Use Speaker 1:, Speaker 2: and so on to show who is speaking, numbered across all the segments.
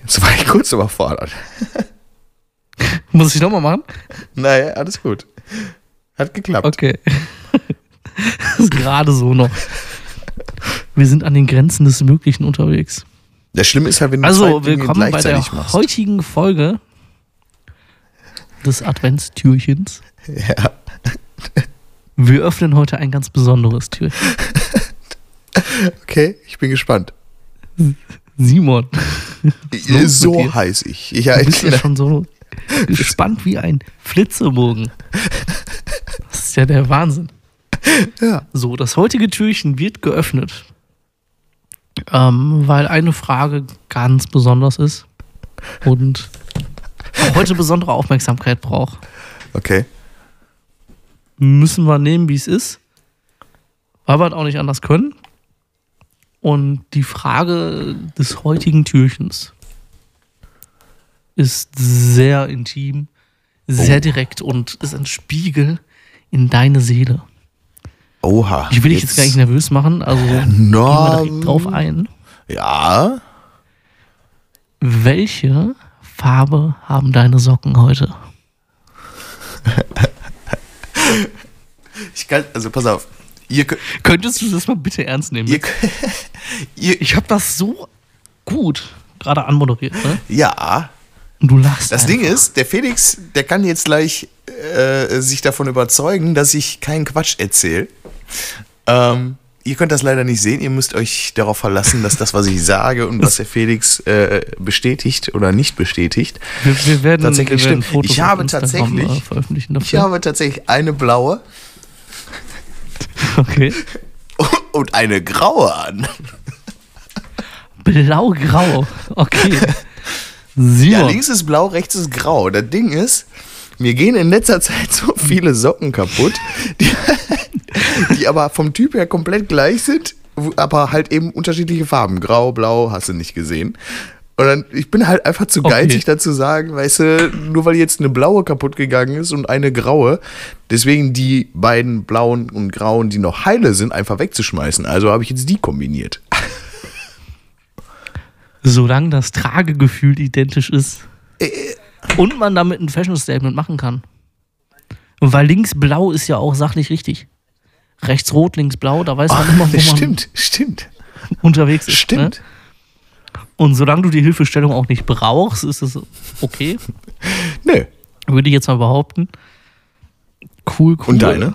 Speaker 1: Jetzt war ich kurz überfordert.
Speaker 2: Muss ich nochmal machen?
Speaker 1: Naja, alles gut. Hat geklappt.
Speaker 2: Okay. Das ist gerade so noch. Wir sind an den Grenzen des Möglichen unterwegs.
Speaker 1: Das Schlimme ist halt, wenn du zwei
Speaker 2: Also,
Speaker 1: Dinge
Speaker 2: willkommen bei der
Speaker 1: gleichzeitig machst.
Speaker 2: heutigen Folge des Adventstürchens.
Speaker 1: Ja.
Speaker 2: Wir öffnen heute ein ganz besonderes Türchen.
Speaker 1: Okay, ich bin gespannt. Äh,
Speaker 2: Simon, los
Speaker 1: so
Speaker 2: mit dir? ne?
Speaker 1: heiß ich. Ja,
Speaker 2: du bist ja
Speaker 1: ich
Speaker 2: schon so gespannt wie ein Flitzebogen. Das ist ja der Wahnsinn.
Speaker 1: ja.
Speaker 2: So, das heutige Türchen wird geöffnet, ähm, weil eine Frage ganz besonders ist und auch heute besondere Aufmerksamkeit braucht.
Speaker 1: Okay.
Speaker 2: Müssen wir nehmen, wie es ist, weil wir es auch nicht anders können. Und die Frage des heutigen Türchens ist sehr intim, sehr direkt und ist ein Spiegel in deine Seele.
Speaker 1: Oha.
Speaker 2: Ich will dich jetzt gar nicht nervös machen, also gehen wir
Speaker 1: Norm.
Speaker 2: direkt drauf ein.
Speaker 1: Ja.
Speaker 2: Welche Farbe haben deine Socken heute?
Speaker 1: Ich kann, also pass auf. Ihr, kö-
Speaker 2: Könntest du das mal bitte ernst nehmen?
Speaker 1: ihr, kö- ihr,
Speaker 2: ich habe das so gut gerade anmoderiert, ne?
Speaker 1: ja.
Speaker 2: Und du lachst.
Speaker 1: Das
Speaker 2: einfach.
Speaker 1: Ding ist, der Felix, der kann jetzt gleich äh, sich davon überzeugen, dass ich keinen Quatsch erzähle. Ähm, ihr könnt das leider nicht sehen. Ihr müsst euch darauf verlassen, dass das, was ich sage und was der Felix äh, bestätigt oder nicht bestätigt,
Speaker 2: Wir, wir werden,
Speaker 1: tatsächlich
Speaker 2: wir werden
Speaker 1: stimmt.
Speaker 2: Fotos
Speaker 1: Ich
Speaker 2: auf
Speaker 1: habe
Speaker 2: Instagram,
Speaker 1: tatsächlich-
Speaker 2: äh, veröffentlichen dafür.
Speaker 1: Ich habe tatsächlich eine blaue
Speaker 2: okay.
Speaker 1: und eine graue an.
Speaker 2: Blau-grau. Okay. Simon.
Speaker 1: Ja, links ist blau, rechts ist grau. Das Ding ist, mir gehen in letzter Zeit so viele Socken kaputt, die, die aber vom Typ her komplett gleich sind, wo- aber halt eben unterschiedliche Farben. Grau, blau, hast du nicht gesehen. Und dann, ich bin halt einfach zu
Speaker 2: Okay.
Speaker 1: geizig dazu sagen, weißt du, nur weil jetzt eine blaue kaputt gegangen ist und eine graue, deswegen die beiden blauen und grauen, die noch heile sind, einfach wegzuschmeißen. Also habe ich jetzt die kombiniert.
Speaker 2: Solange das Tragegefühl identisch ist
Speaker 1: Äh,
Speaker 2: und man damit ein Fashion-Statement machen kann. Weil links blau ist ja auch sachlich richtig. Rechts rot, links blau, da weiß man immer, wo man
Speaker 1: stimmt, stimmt,
Speaker 2: unterwegs ist.
Speaker 1: stimmt.
Speaker 2: Ne? Und solange du die Hilfestellung auch nicht brauchst, ist es okay,
Speaker 1: Nö.
Speaker 2: würde ich jetzt mal behaupten. Cool, cool.
Speaker 1: Und deine?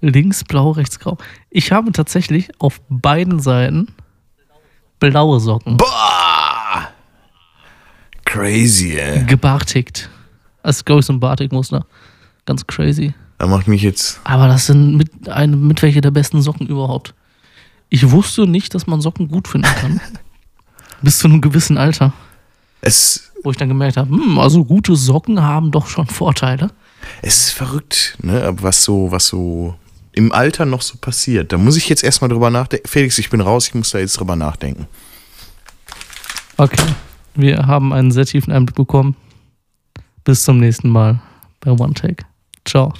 Speaker 2: Links blau, rechts grau. Ich habe tatsächlich auf beiden Seiten blaue Socken
Speaker 1: Boah! Crazy, ey.
Speaker 2: gebartigt. Als glaube ich so ein Bartik-Muster. Ganz crazy.
Speaker 1: Da macht mich jetzt.
Speaker 2: Aber das sind mit, ein, mit welche der besten Socken überhaupt. Ich wusste nicht, dass man Socken gut finden kann. Bis zu einem gewissen Alter,
Speaker 1: Es,
Speaker 2: wo ich dann gemerkt habe, hm, also gute Socken haben doch schon Vorteile.
Speaker 1: es ist verrückt, ne? aber Was so, was so im Alter noch so passiert. Da muss ich jetzt erstmal drüber nachdenken. Felix, ich bin raus, ich muss da jetzt drüber nachdenken.
Speaker 2: Okay, wir haben einen sehr tiefen Einblick bekommen. Bis zum nächsten Mal bei One Take. Ciao.